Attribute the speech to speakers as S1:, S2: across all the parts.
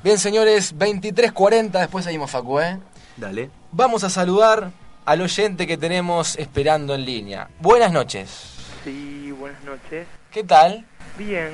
S1: Bien, señores, 23.40, después seguimos Facu, ¿eh?
S2: Dale.
S1: Vamos a saludar al oyente que tenemos esperando en línea. Buenas noches.
S3: Sí, buenas noches.
S1: ¿Qué tal?
S3: Bien.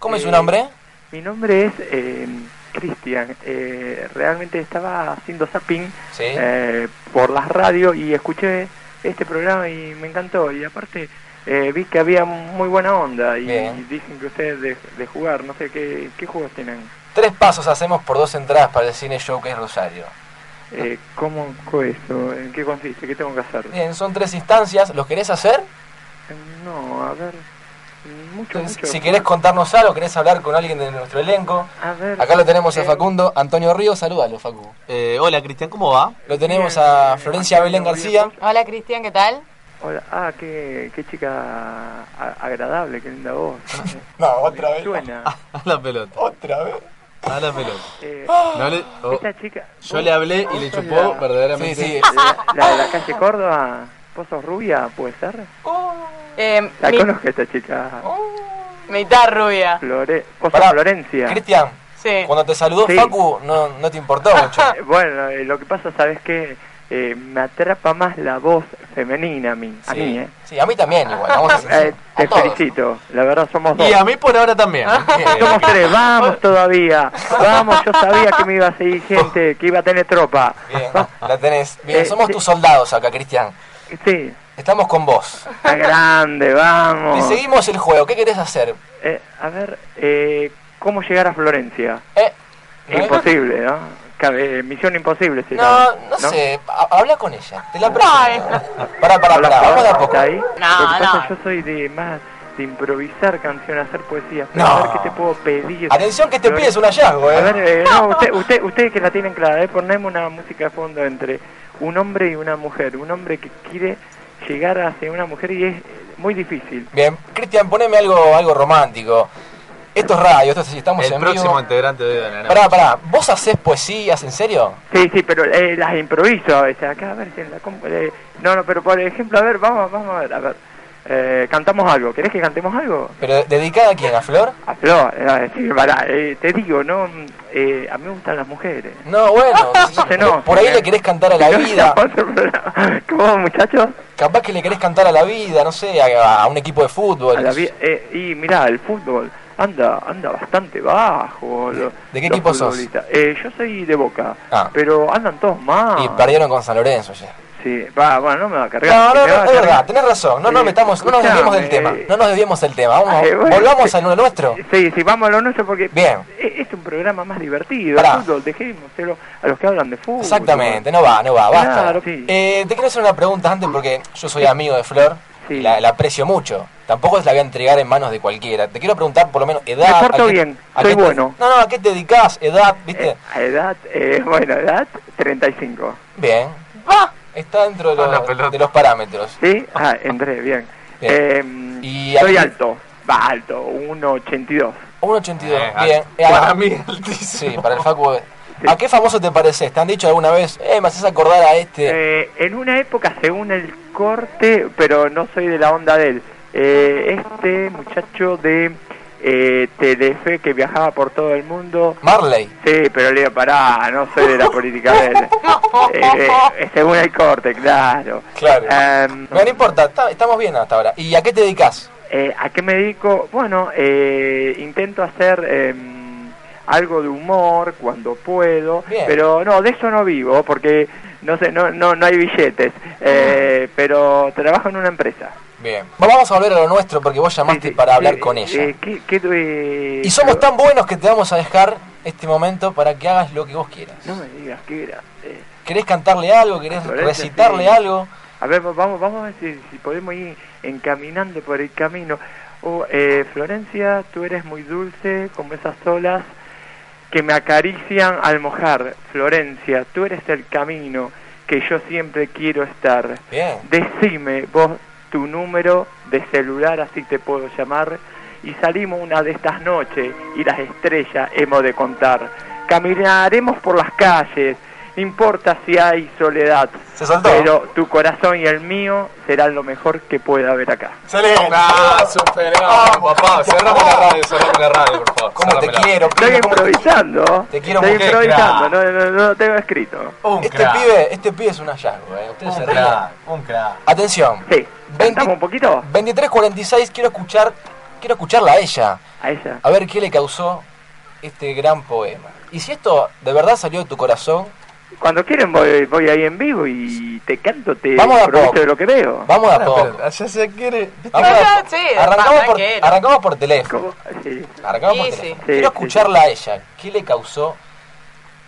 S1: ¿Cómo es
S3: Eh,
S1: su nombre?
S3: Mi nombre es eh, Cristian. Eh, realmente estaba haciendo zapping
S1: Sí.
S3: eh, por las radios y escuché este programa y me encantó. Y aparte eh, vi que había muy buena onda y
S1: Bien.
S3: dicen que ustedes de, de jugar, no sé qué, qué juegos tienen.
S1: Tres pasos hacemos por dos entradas para el cine show que es Rosario.
S3: Eh, ¿Cómo fue eso? ¿En qué consiste? ¿Qué tengo que hacer?
S1: Bien, son tres instancias. ¿Los querés hacer?
S3: Eh, No, a ver. Mucho,
S1: Entonces,
S3: mucho.
S1: si querés contarnos algo, querés hablar con alguien de nuestro elenco.
S3: A ver,
S1: Acá lo tenemos a
S3: eh,
S1: Facundo Antonio Ríos. Salúdalo, Facu.
S2: Eh, hola, Cristian, ¿cómo va?
S1: Lo tenemos a Florencia Belén García. Ah,
S4: Hola Cristian, ¿qué tal?
S3: Hola, ah, qué, qué chica a- agradable, qué linda voz. Ah,
S1: No, otra
S3: Me
S1: vez.
S3: Suena.
S2: A la pelota.
S1: Otra vez.
S2: A la pelota.
S3: Eh,
S2: No le- oh,
S3: esta chica.
S2: yo le hablé y le
S3: vos sos
S2: chupó
S3: la-
S2: verdaderamente.
S1: Sí, sí.
S3: La, la de la calle Córdoba, ¿vos sos rubia? ¿Puede ser?
S4: Eh,
S3: La
S4: mi,
S3: conozco esta chica.
S4: mitad rubia.
S3: Flore... ¿Vos
S1: Pará,
S3: sos Florencia?
S1: Cristian,
S4: Sí.
S1: cuando te saludó
S3: Eh, Sí.
S1: Facu, no, no te importó mucho.
S3: Eh, Bueno, eh, lo que pasa, ¿sabes qué? Eh, me atrapa más la voz femenina a mí, a mí ¿eh?
S1: Sí, a mí también igual. Vamos a
S3: Eh,
S1: a
S3: te
S1: todos.
S3: felicito, la verdad somos dos.
S2: Y a mí por ahora también.
S3: Somos tres, vamos todavía. Vamos, yo sabía que me iba a seguir gente, que iba a tener tropa.
S1: Bien, ah, la tenés. Bien,
S3: Eh,
S1: somos
S3: sí.
S1: tus soldados acá, Cristian.
S3: Sí,
S1: Estamos con vos.
S3: está grande,
S1: Te
S3: vamos.
S1: seguimos el juego. ¿Qué querés hacer?
S3: Eh, a ver, eh, ¿cómo llegar a Florencia?
S1: Eh, ¿no?
S3: Imposible, ¿no? Cabe- misión imposible, se
S1: No,
S3: llama,
S1: no, sé. Ha- Habla con ella. Te la
S4: Ay.
S1: presento. Pará, pará,
S3: Hola,
S1: pará. Vamos de a
S3: ¿está
S1: poco.
S3: ahí? Lo que pasa,
S4: no.
S3: yo soy de más de improvisar canciones, hacer poesía. Pero
S1: No.
S3: A ver qué te puedo pedir.
S1: Atención que este pibe es un hallazgo,
S3: A ver,
S1: eh.
S3: eh, no, usted, usted, ustedes que la tienen clara, eh, poneme una música de fondo entre un hombre y una mujer. Un hombre que quiere llegar hacia una mujer y es eh, muy difícil.
S1: Bien, Cristian, poneme algo, algo romántico. Esto es radio, esto es, estamos
S2: El
S1: en
S2: próximo
S1: vivo.
S2: integrante de la Nana.
S1: Pará, pará. ¿Vos hacés poesías, en serio?
S3: Sí, sí, pero eh, las improviso a veces. Acá, a ver, si en la compu- eh, no, no, pero por ejemplo, a ver, vamos, vamos a ver, a ver. Eh, cantamos algo. ¿Querés que cantemos algo?
S1: ¿Pero dedicada a quién? ¿A Flor?
S3: Ah, Flor, eh, sí, pará, eh, te digo, no, eh, a mí me gustan las mujeres.
S1: No, bueno.
S3: se enoje.
S1: por ahí le querés cantar a la vida.
S3: ¿Cómo, muchachos?
S1: Capaz que le querés cantar a la vida, no sé, a, a un equipo de fútbol.
S3: A la vi- eh, y mirá, el fútbol anda anda bastante bajo. lo-
S1: ¿De qué
S3: los
S1: equipo sos?
S3: futbolistas. Eh, yo soy de Boca,
S1: Ah.
S3: pero andan todos mal.
S1: Y perdieron con San Lorenzo ya.
S3: Sí, va, bueno, no me va a cargar.
S1: No, no,
S3: me va
S1: no,
S3: a
S1: es verdad,
S3: cargar.
S1: tenés razón. No, nos
S3: Eh,
S1: metamos, no nos desviemos del tema.
S3: escuchame.
S1: No nos desviemos del tema. Vamos,
S3: Eh, bueno,
S1: volvamos
S3: sí.
S1: a lo nuestro.
S3: Sí, sí, vamos a lo nuestro porque
S1: Bien.
S3: e- es un programa más divertido.
S1: Pará.
S3: El fútbol, dejémoselo a los que hablan de fútbol.
S1: Exactamente, no va, no va, basta.
S3: Claro, sí.
S1: Eh, te quiero hacer una pregunta antes porque yo soy amigo de Flor,
S3: Sí.
S1: la, la aprecio mucho. Tampoco la voy a entregar en manos de cualquiera. Te quiero preguntar por lo menos edad.
S3: Me
S1: a
S3: porto
S1: qué-
S3: bien,
S1: a
S3: soy
S1: qué te-
S3: bueno.
S1: No, no, ¿a qué te dedicas? Edad, ¿viste?
S3: Eh, a edad, eh, bueno, edad 35.
S1: Bien. Está dentro de
S2: A la
S1: los,
S2: pelota.
S1: de los parámetros.
S3: ¿Sí? Ah, entré, bien.
S1: Bien.
S3: Em,
S1: Y
S3: soy
S1: a-
S3: alto, va alto, 1,82.
S1: 1,82.
S2: Eh,
S1: bien.
S2: al-
S1: Eh, a-
S2: para mí, altísimo.
S1: Sí, para el Facu. eh. ¿A qué famoso te pareces? ¿Te han dicho alguna vez? Eh, me haces acordar a este.
S3: Eh, en una época, según el corte, pero no soy de la onda de él, eh, este muchacho de eh, Telefe que viajaba por todo el mundo.
S1: Marley.
S3: Sí, pero le digo, pará, no soy de la política de él. Eh, eh, eh, según el corte, claro.
S1: Claro.
S3: Em,
S1: No, no importa, está- estamos bien hasta ahora. ¿Y a qué te dedicas?
S3: Eh, ¿A qué me dedico? Bueno, eh, intento hacer eh, algo de humor cuando puedo,
S1: Bien.
S3: pero no, de eso no vivo porque no sé, no, no, no hay billetes,
S1: Mm.
S3: eh, pero trabajo en una empresa.
S1: Bien. Bueno, Vamos a volver a lo nuestro porque vos llamaste
S3: Sí, sí,
S1: para hablar
S3: sí,
S1: con
S3: eh,
S1: ella.
S3: eh, ¿qué- qué tu- eh,
S1: y somos
S3: pero-
S1: tan buenos que te vamos a dejar este momento para que hagas lo que vos quieras.
S3: No me digas qué era. eh,
S1: ¿Querés cantarle algo? ¿Querés
S3: Florencia,
S1: recitarle
S3: sí.
S1: algo?
S3: a ver, vamos, vamos a ver si, si podemos ir encaminando por el camino. Oh, eh, Florencia, tú eres muy dulce como esas olas que me acarician al mojar. Florencia, tú eres el camino que yo siempre quiero estar.
S1: Bien.
S3: Decime vos tu número de celular, así te puedo llamar. Y salimos una de estas noches y las estrellas hemos de contar. Caminaremos por las calles, no importa si hay soledad.
S2: Se soltó.
S3: Pero tu corazón y el mío serán lo mejor que pueda haber acá.
S2: ¡Excelente! ¡Ah, superado! papá! Cerrame la radio, cerrame la radio, por favor.
S1: ¿Cómo te
S2: cerrame la-
S1: quiero,
S3: Estoy
S1: primo? ¿Cómo te-
S3: improvisando.
S1: Te quiero
S3: Estoy
S1: mujer,
S3: improvisando, no, no, no lo tengo escrito.
S2: Un
S1: Este
S2: crack.
S1: pibe, este pibe es un hallazgo, eh. Ustedes se
S2: Un
S1: ríen.
S2: crack, un crack.
S1: Atención.
S3: Sí, ¿cantamos
S1: 20
S3: un poquito?
S1: 23.46, quiero escuchar, quiero escucharla a ella.
S3: A ella.
S1: A ver qué le causó este gran poema. Y si esto de verdad salió de tu corazón,
S3: Cuando quieren voy, voy ahí en vivo y te canto, te
S1: Vamos de a
S3: improviso
S1: poco.
S3: de lo que veo.
S1: vamos a poco.
S2: Espera, allá se quiere. Ah,
S1: Vamos de a
S4: No, no,
S1: poco.
S4: sí,
S1: arrancamos,
S4: va,
S1: por,
S4: tranquilo.
S1: arrancamos por teléfono.
S3: ¿Cómo? Sí.
S1: Arrancamos por
S4: Sí,
S1: teléfono.
S4: sí.
S1: Quiero
S3: Sí, sí,
S1: escucharla a ella. ¿Qué le causó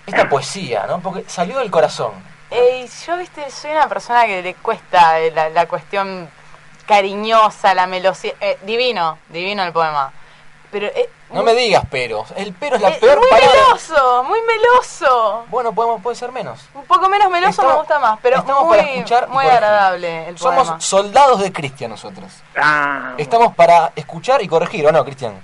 S1: esta poesía, no? Porque salió del corazón.
S4: Eh, y yo, viste, soy una persona que le cuesta eh, la, la cuestión cariñosa, la melosía. eh, divino, divino el poema. Pero eh,
S1: No me digas pero. El pero es la
S4: eh,
S1: peor
S4: muy
S1: palabra.
S4: meloso, muy meloso.
S1: Bueno, podemos, puede ser menos.
S4: Un poco menos meloso
S1: Estamos-
S4: me gusta más, pero
S1: estamos
S4: muy,
S1: para escuchar y
S4: muy
S1: corregir.
S4: agradable el
S1: Somos
S4: poema.
S1: soldados de Cristian nosotros.
S3: Ah,
S1: Estamos para escuchar y corregir, ¿o no, Cristian?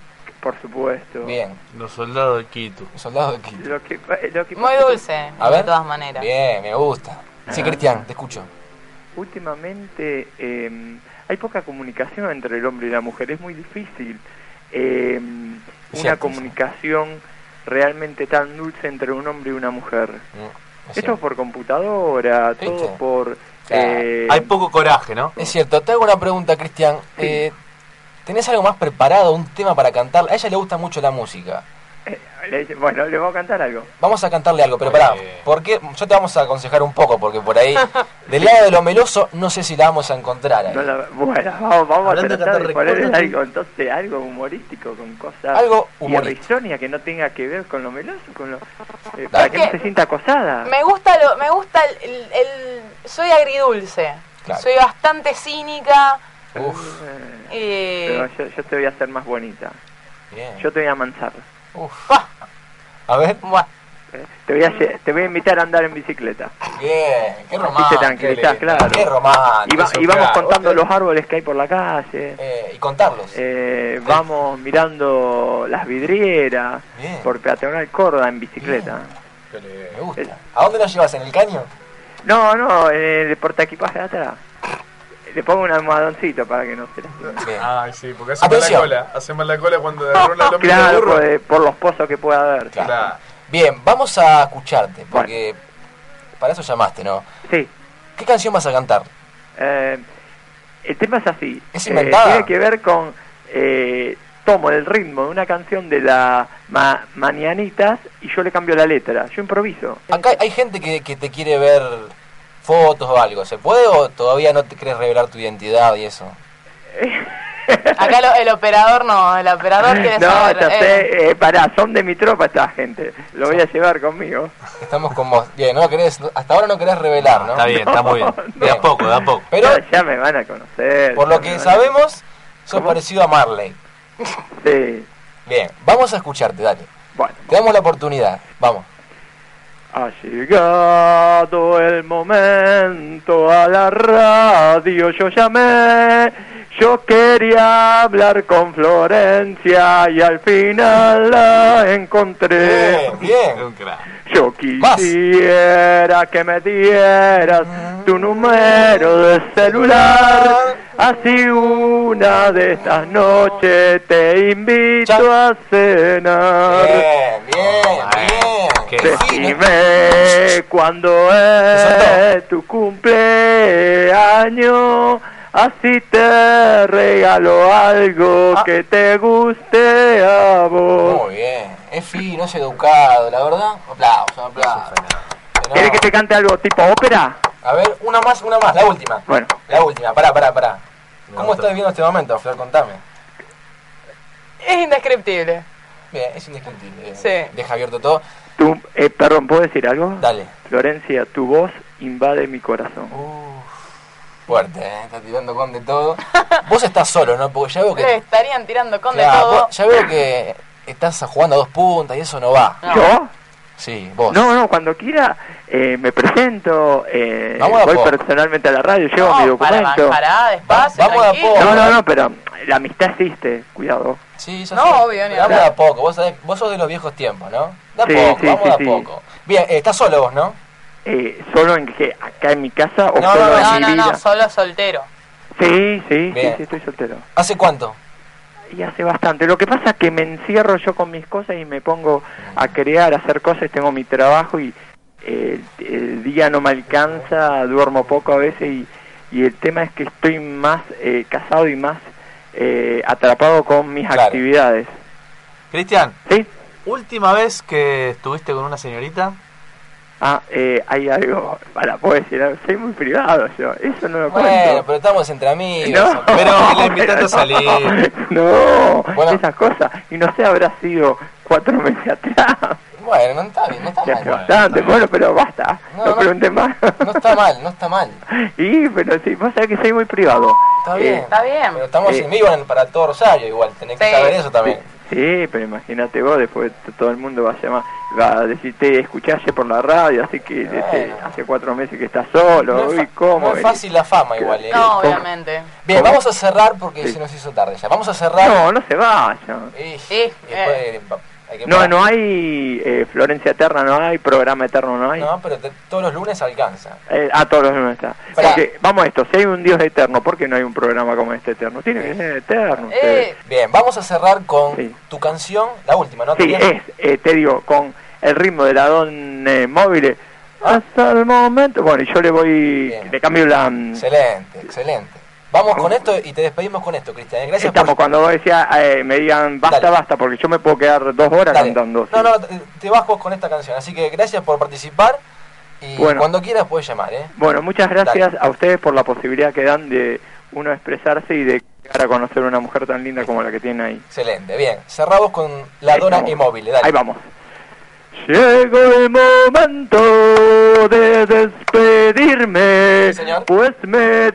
S3: por supuesto.
S1: Bien,
S2: Los soldados de Quito.
S1: soldados de Cristian.
S3: Lo que, lo que
S4: Muy dulce,
S1: A ver.
S4: de todas maneras.
S1: Bien, me gusta.
S3: Ah.
S1: Sí, Cristian, te escucho.
S3: Últimamente eh, hay poca comunicación entre el hombre y la mujer, es muy difícil. Eh,
S1: Es
S3: una
S1: cierto,
S3: comunicación realmente tan dulce entre un hombre y una mujer.
S1: Mm, es,
S3: Esto
S1: cierto.
S3: es por computadora, todo
S1: ¿Viste?
S3: por...
S1: Claro.
S3: eh,
S2: Hay poco coraje, ¿no?
S1: Es cierto. Te hago una pregunta, Cristian. Eh, ¿Tenés algo más preparado, un tema para cantar? A ella le gusta mucho la música.
S3: le- eh, bueno, le voy a cantar algo.
S1: Vamos a cantarle algo, pero pará,
S2: Bien.
S1: porque yo te vamos a aconsejar un poco, porque por ahí, del lado de lo meloso, no sé si la vamos a encontrar. ahí.
S3: No la- bueno, vamos, vamos a
S2: Hablando de
S3: tratar
S2: cantar
S3: de ponerle
S2: recuerdos,
S3: algo, entonces algo humorístico, con cosas
S1: Algo humorístico.
S3: irrisorias que no tenga que ver con lo meloso, con lo, eh, para que no se sienta acosada.
S4: Me gusta lo, me gusta el, el- el- soy agridulce.
S1: Claro.
S4: Soy bastante cínica.
S1: Uf,
S3: Eh, pero
S4: Eh,
S3: yo, yo te voy a hacer más bonita,
S1: bien.
S3: yo te voy a amansar,
S1: Uf.
S4: pa,
S1: A ver.
S4: bueno,
S3: eh. te voy a, lle- te voy a invitar a andar en bicicleta
S1: Ah, Bien, qué
S3: y te
S1: romántico.
S3: tranquilizás, claro.
S1: Qué
S3: Y,
S1: romántico.
S3: va-
S2: eso,
S3: y vamos
S2: claro.
S3: contando los árboles que hay por la calle,
S1: Eh, y contarlos.
S3: eh, vamos mirando las vidrieras
S1: Bien.
S3: por Peatonal Córdoba en bicicleta.
S2: eh,
S1: Me
S3: eh.
S1: gusta. ¿A dónde la llevas? ¿En el caño?
S3: No, no, en el portaequipaje de atrás. Le pongo un almohadoncito para que no se lastime.
S1: Bien.
S2: Ay, sí, porque hace mal la
S1: Atención.
S2: cola. Hace mal la cola cuando agarró la lomita de
S3: Claro,
S2: burro.
S3: por, eh, por los pozos que pueda haber.
S1: Claro.
S2: Claro.
S1: Bien, vamos a escucharte, porque para eso llamaste, ¿no?
S3: Sí,
S1: ¿Qué canción vas a cantar?
S3: eh, el tema es así.
S1: Es
S3: Eh,
S1: inventada.
S3: tiene que ver con, eh, tomo el ritmo de una canción de la ma- Mañanitas y yo le cambio la letra, yo improviso.
S1: Acá hay gente que, que te quiere ver fotos o algo. ¿Se puede o todavía no te crees revelar tu identidad y eso?
S4: acá lo- el operador no, el operador quiere
S3: No,
S4: saber.
S3: ya
S4: eh,
S3: sé, eh, pará, son de mi tropa esta gente, lo voy a llevar conmigo.
S1: Estamos con vos. Bien, no lo querés, hasta ahora no querés revelar, ¿no?
S2: Está bien, está muy bien. De a poco, de a poco.
S1: Pero
S3: ya, ya me van a conocer.
S1: por
S3: ya
S1: lo
S3: me
S1: que
S3: van a-
S1: sabemos, sos
S3: ¿Cómo?
S1: parecido a Marley.
S3: Sí,
S1: Bien, vamos a escucharte, dale.
S3: bueno.
S1: Te damos la oportunidad. Vamos.
S3: Ha llegado el momento a la radio, yo llamé, yo quería hablar con Florencia y al final la encontré.
S1: Bien, bien.
S2: Un crack.
S3: Yo quisiera que me dieras tu número de celular, así una de estas noches te invito
S1: Chao.
S3: a cenar.
S1: Eh. Bien, bien, bien.
S2: Qué
S1: Qué fino.
S3: Decime cuando es tu cumpleaños, así te regalo algo
S1: Ah. Oh,
S3: que te guste a vos.
S1: Muy bien. Es fino, es educado, la verdad. Aplausos, aplausos.
S3: ¿Quieres que
S1: Pero-
S3: te cante algo tipo ópera?
S1: A ver, una más, una más, la última.
S3: Bueno,
S1: La última, pará, pará, pará. ¿Cómo
S2: gusta.
S1: estás viviendo este momento, Flor? Contame.
S4: Es indescriptible.
S1: Bien, es indescriptible. bien.
S4: Sí.
S1: Eh, Deja abierto todo.
S3: tú, eh, perdón, ¿puedo decir algo?
S1: Dale.
S3: Florencia, tu voz invade mi corazón.
S1: Fuerte, ¿eh? Está tirando con de todo. Vos estás solo, ¿no? Porque ya veo
S4: Le
S1: que...
S4: Eh, estarían tirando con de
S1: Claro,
S4: todo.
S1: vos- ya veo que estás jugando a dos puntas y eso no va.
S4: No.
S3: ¿Yo?
S1: Sí, vos.
S3: No, no, cuando quiera eh, me presento, eh,
S1: Vamos a
S3: voy
S1: poco.
S3: personalmente a la radio, llevo mi
S4: No, para,
S3: documento.
S4: pará, despacio,
S1: Va- vamos de a
S4: tranquilo.
S1: poco.
S3: No, no, no, pero la amistad existe, cuidado.
S1: Sí, eso
S4: No,
S1: sí.
S4: obvio, ni
S1: Pero Vamos
S4: hablar.
S1: de a poco, vos, sabés- vos sos de los viejos tiempos, ¿no? De a
S3: Sí,
S1: poco,
S3: sí,
S1: vamos
S3: sí,
S1: de a
S3: sí.
S1: poco. Bien, eh, estás solo vos, ¿no?
S3: Eh, ¿Solo en que acá en mi casa o
S1: No,
S3: solo
S1: no,
S3: en
S4: No,
S3: mi
S4: no,
S3: vida?
S4: no, solo soltero.
S3: Sí, sí, sí,
S1: Bien.
S3: sí, estoy soltero.
S1: ¿Hace cuánto?
S3: Y hace bastante. Lo que pasa es que me encierro yo con mis cosas y me pongo a crear, a hacer cosas, tengo mi trabajo y eh, el, el día no me alcanza, duermo poco a veces y, y el tema es que estoy más eh, casado y más eh, atrapado con mis
S1: Claro.
S3: actividades.
S5: Cristian,
S3: ¿Sí?
S5: última vez que estuviste con una señorita.
S3: Ah, eh, hay algo para poder decir, algo. soy muy privado yo, eso no lo cuento.
S1: Bueno, pero estamos entre amigos.
S3: No,
S5: pero la invitaste a salir.
S3: No,
S1: Bueno.
S3: esas cosas. Y no sé, habrá sido cuatro meses atrás.
S1: Bueno, no está bien, no está
S3: Ya hace
S1: mal.
S3: bastante. Bueno, pero basta.
S1: No,
S3: No,
S1: no.
S3: preguntes más.
S1: No está mal, no está mal.
S3: y, pero sí, vos sabés que soy muy privado.
S1: Está
S3: Eh,
S1: bien.
S4: Está bien.
S1: Pero estamos
S3: Eh.
S1: en vivo en- para todo Rosario igual, tenés que
S4: Sí.
S1: saber eso también.
S3: Sí, pero imagínate vos, después t- todo el mundo va a llamar, va a decirte, escuchaste por la radio, así que
S1: Bueno.
S3: este, hace cuatro meses que estás solo,
S1: no es,
S3: uy,
S1: fa-
S3: ¿cómo?
S1: no es
S3: venís?
S1: fácil la fama igual. eh.
S4: No, obviamente.
S1: Bien,
S3: ¿Cómo?
S1: vamos a cerrar porque
S3: Sí.
S1: se nos hizo tarde ya. Vamos a cerrar.
S3: No, no se vayan.
S1: Y- y
S4: Sí,
S1: después,
S4: eh.
S1: eh, va- hay que
S3: No,
S1: parar.
S3: no hay eh, Florencia Eterna, no hay programa eterno, no hay.
S1: No, pero te- todos los lunes alcanza.
S3: Eh, a todos los nuestros.
S1: Pará.
S3: Porque, vamos a esto, si hay un Dios eterno, ¿por qué no hay un programa como este eterno? Tiene que ser eterno. ustedes.
S4: Eh,
S1: Bien, vamos a cerrar con
S3: Sí.
S1: tu canción, la última, ¿no?
S3: Sí,
S1: También.
S3: es, eh, te digo, con el ritmo de la don eh, móvil. Hasta el momento. Bueno, y yo le voy,
S1: Ah. Bien.
S3: le cambio la. mm,
S1: Excelente, excelente. Vamos con esto y te despedimos con esto, Cristian. eh. Gracias
S3: Oh. Estamos,
S1: por...
S3: cuando vos decías, eh, me digan basta,
S1: Dale.
S3: basta, porque yo me puedo quedar dos horas
S1: Dale.
S3: cantando.
S1: No,
S3: sí.
S1: no, te- te vas vos con esta canción. Así que gracias por participar y
S3: Bueno.
S1: cuando quieras puedes llamar, ¿eh?
S3: Bueno, muchas gracias a ustedes por la posibilidad que dan de uno expresarse y de llegar a conocer una mujer tan linda como la que tiene ahí.
S1: Excelente, bien. Cerramos con la dona
S3: Ahí vamos.
S1: inmóvil, dale.
S3: Ahí vamos. Llegó el momento de despedirme,
S1: Sí, señor.
S3: pues me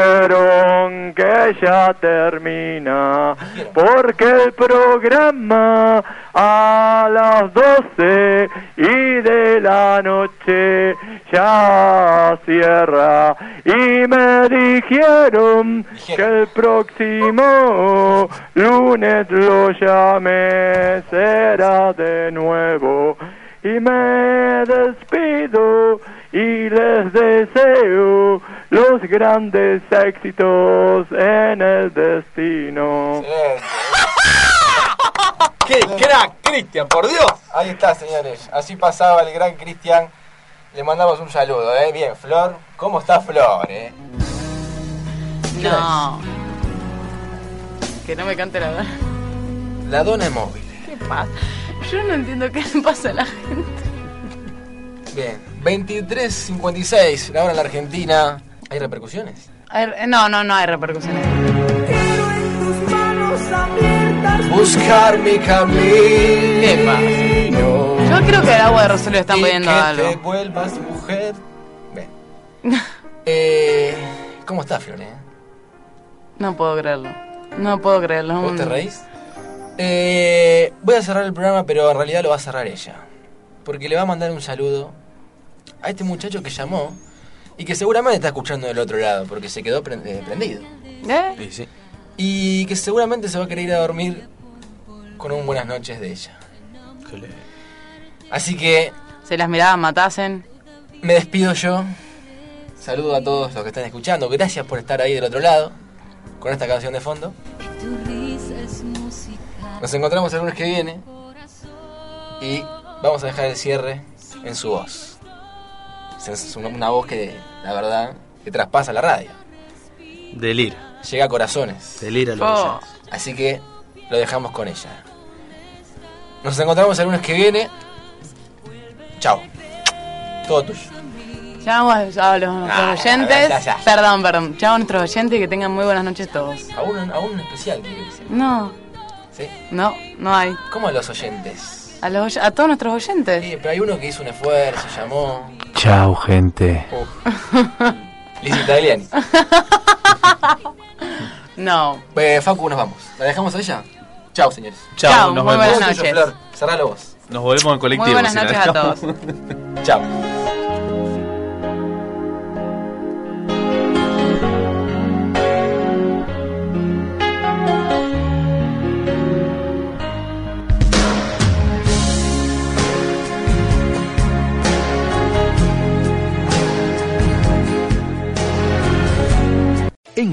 S3: dijeron que ya termina,
S1: Dijeron.
S3: porque el programa a las 12 y de la noche ya cierra, y me dijeron que
S1: Dijeron.
S3: el próximo lunes lo llame, será de nuevo. Y me despido y les deseo los grandes éxitos en el destino.
S1: Excelente.
S2: ¡Qué crack, Cristian, por Dios!
S1: Ahí está, señores. Así pasaba el gran Cristian. Le mandamos un saludo, ¿eh? Bien, Flor. ¿Cómo está Flor, eh?
S4: no. Que no me cante la verdad.
S1: La dona inmóvil.
S4: ¿Qué pasa? Yo no entiendo qué le pasa a la gente.
S1: Bien. 23.56, la hora en la Argentina. ¿Hay repercusiones?
S4: A ver, No, no, no hay repercusiones.
S1: Buscar mi camino.
S4: Yo creo que el agua de Rosario están
S1: y
S4: pidiendo
S1: que
S4: algo.
S1: te vuelvas mujer. Bien. Eh, ¿Cómo está Flor, eh?
S4: No puedo creerlo. No puedo creerlo.
S1: ¿Vos te reís? Eh, voy a cerrar el programa, pero en realidad lo va a cerrar ella. Porque le va a mandar un saludo a este muchacho que llamó y que seguramente está escuchando del otro lado porque se quedó pren- eh, prendido.
S4: ¿Eh?
S1: Y que seguramente se va a querer ir a dormir con un buenas noches de ella. Así que
S4: Se las miradas matasen.
S1: me despido yo. Saludo a todos los que están escuchando. Gracias por estar ahí del otro lado con esta canción de fondo. Nos encontramos el lunes que viene y vamos a dejar el cierre en su voz. Es una- una voz que, la verdad, que traspasa la radio.
S5: Delira.
S1: Llega a corazones.
S5: Delira lo que
S4: Oh.
S5: sos.
S1: Así que lo dejamos con ella. Nos encontramos el lunes que viene. Chao. Todo tuyo.
S4: Llamamos a los
S1: Ah,
S4: nuestros oyentes.
S1: ya, ya, ya.
S4: Perdón, perdón. Llamamos a nuestros oyentes y que tengan muy buenas noches todos.
S1: A un, a un especial, quiero decir.
S4: No,
S1: ¿Sí?
S4: no, no hay.
S1: ¿Cómo a los oyentes?
S4: A, los, oy- a todos nuestros oyentes.
S1: Sí, pero hay uno que hizo un esfuerzo, llamó. Oh.
S6: Chao, gente.
S1: Liz Italiani.
S4: No.
S1: Eh, Facu, nos vamos. ¿La dejamos a ella? Chao, señores.
S6: Chao,
S4: Chau,
S6: nos
S4: muy
S6: vemos.
S4: buenas
S1: Vos tuyo,
S4: noches.
S1: Flor, cerralo vos.
S6: Nos volvemos en colectivo.
S4: Muy buenas
S6: si no,
S4: noches a
S6: ¿no?
S4: todos.
S1: Chao.
S7: En